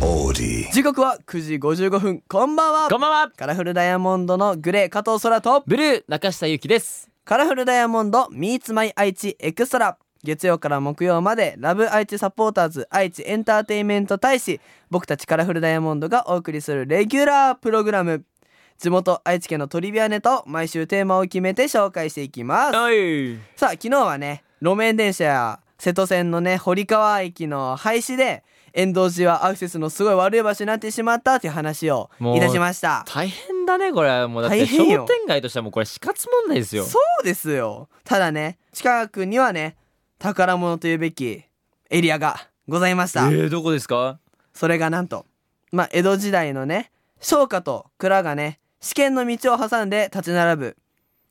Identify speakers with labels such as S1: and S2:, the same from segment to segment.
S1: melody.
S2: 時刻は9時55分こんばんは
S3: こんばんは
S2: カラフルダイヤモンドのグレー加藤空と
S3: ブルー中下ゆきです
S2: カラフルダイヤモンド Meets My 愛知エクストラ月曜から木曜までラブ愛知サポーターズ愛知エンターテインメント大使僕たちカラフルダイヤモンドがお送りするレギュラープログラム地元愛知県のトリビアネタを毎週テーマを決めて紹介していきます
S3: い
S2: さあ昨日はね路面電車や瀬戸線のね堀川駅の廃止で遠藤寺はアクセスのすごい悪い場所になってしまったという話をいたしました
S3: 大変だねこれもうだって
S2: 大
S3: 商
S2: 変よ
S3: 店街としてはもうこれ死活問題ですよ
S2: そうですよただね近くにはね宝物というべきエリアがございまし
S3: え
S2: た、
S3: ー、どこですか
S2: それがなんとまあ江戸時代のね商家と蔵がね試験の道を挟んで立ち並ぶ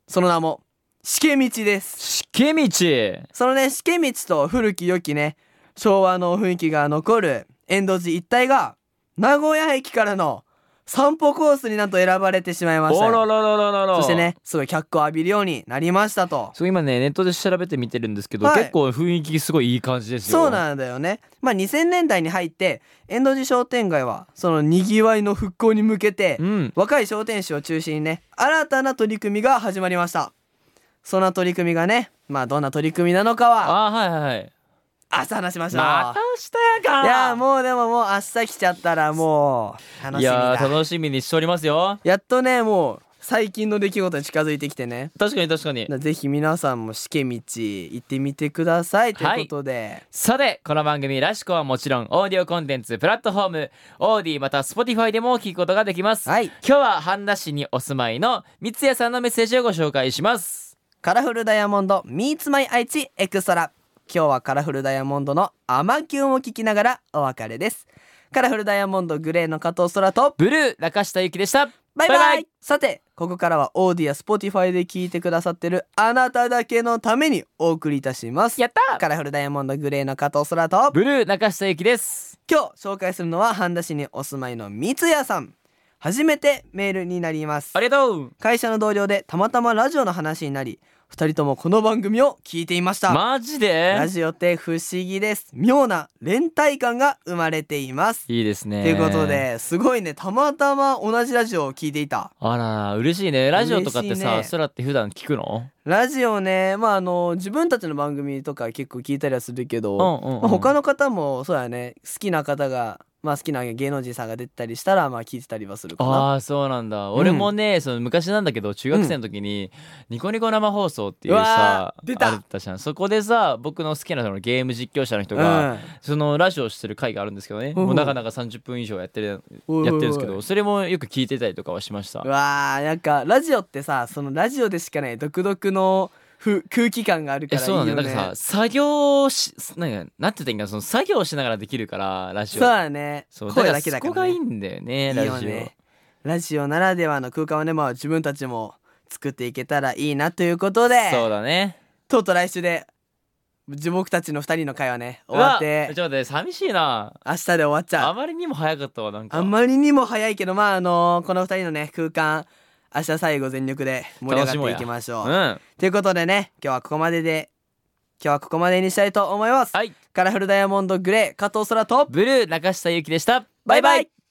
S2: その名も試験道です
S3: しけみち
S2: そのね、しけみちと古き良きね、昭和の雰囲気が残る遠藤寺一帯が、名古屋駅からの散歩コースになんと選ばれてしまいました
S3: おら
S2: よ。
S3: ららららら
S2: そしてね、すごい脚光を浴びるようになりましたと。
S3: そう今ねネットで調べてみてるんですけど、
S2: はい
S3: 結構雰囲気すごいいい感じですよ
S2: そうなんだよね。まあ2000年代に入って、遠藤寺商店街は、その賑わいの復興に向けて
S3: う、ん
S2: 若い商店主を中心にね、新たな取り組みが始まりました。そんな取り組みがね、まあどんな取り組みなのかは、
S3: あーはいはいはい
S2: 明日話しましょう。
S3: また明日やか
S2: いやーもうでももう明日来ちゃったらもう楽しみ
S3: いや
S2: だ
S3: ー楽しみにしておりますよ
S2: やっとねもう最近の出来事に近づいてきてね
S3: 確かに確かに
S2: ぜひ皆さんも試験道行ってみてくださいということで、
S3: さてこの番組らしくはもちろんオーディオコンテンツプラットフォームオーディまた Spotify でも聞くことができます、
S2: はい
S3: 今日は半田市にお住まいの三谷さんのメッセージをご紹介します
S2: カラフルダイヤモンド Meets My 愛知エクストラ今日はカラフルダイヤモンドのアマキュンを聞きながらお別れですカラフルダイヤモンドグレーの加藤空と
S3: ブルー中下ゆきでした
S2: バイバイ
S3: バイバイ
S2: さてここからはオーディや Spotify で聞いてくださってるあなただけのためにお送りいたします
S3: やった
S2: カラフルダイヤモンドグレーの加藤空と
S3: ブルー中下ゆきです
S2: 今日紹介するのは半田市にお住まいの三谷さん初めてメールになります
S3: ありがとう
S2: 会社の同僚でたまたまラジオの話になり二人ともこの番組を聞いていました、
S3: マジで
S2: ラジオって不思議です妙な連帯感が生まれています
S3: いいですね
S2: ということですごいねたまたま同じラジオを聞いていた
S3: あらら嬉しいねラジオとかって
S2: 嬉しい
S3: さ、
S2: ね
S3: 空って普段聞くの
S2: ラジオねまああの自分たちの番組とか結構聞いたりはするけど、
S3: うんうんうん
S2: まあ、他の方もそうだね好きな方が、まあ、好きな芸能人さんが出てたりしたらまあ聞いてたりはするかな。
S3: ああそうなんだ、
S2: ん
S3: 俺もねその昔なんだけど中学生の時に、ニコニコ生放送っていう
S2: うわ
S3: さ
S2: ー出た
S3: あったじゃんそこでさ僕の好きなそのゲーム実況者の人
S2: と
S3: が、そのラジオしてる回があるんですけど
S2: ほう
S3: ね、
S2: ほう
S3: もうなかなか30分以上やってるやってるんですけどそれもよく聞いてたりとかはしました
S2: うわーなんかラジオってさそのラジオでしかない独特のふ空気感があるか
S3: え
S2: らいい
S3: そうな
S2: よ
S3: んだ
S2: ね
S3: よ、なんかさ作業しなんかなんて言ったらいいんかなその作業しながらできるからラジ
S2: そ
S3: オ
S2: うだね
S3: そう
S2: 声
S3: から
S2: だけだから、ね、
S3: そこがいいんだよね
S2: いい
S3: ラ
S2: よ
S3: ジオ
S2: ねラジオならではの空間をねまあ自分たちも作っていけたらいいなということで
S3: そうだね
S2: とうとう来週で地僕たちの二人の会はね終わっ
S3: うわ
S2: て
S3: ちょっと待って寂しいな
S2: 明日で終わっちゃ
S3: あ
S2: う
S3: まりにも早かったわなんか
S2: あんまりにも早いけどまああのこの二人のね空間明日最後全力で盛り上がっていきましょう
S3: うん
S2: ということでね今日はここまでで今日はここまでにしたいと思います、
S3: はい
S2: カラフルダイヤモンドグレー加藤空と
S3: ブルー中下ゆきでした
S2: バイバイ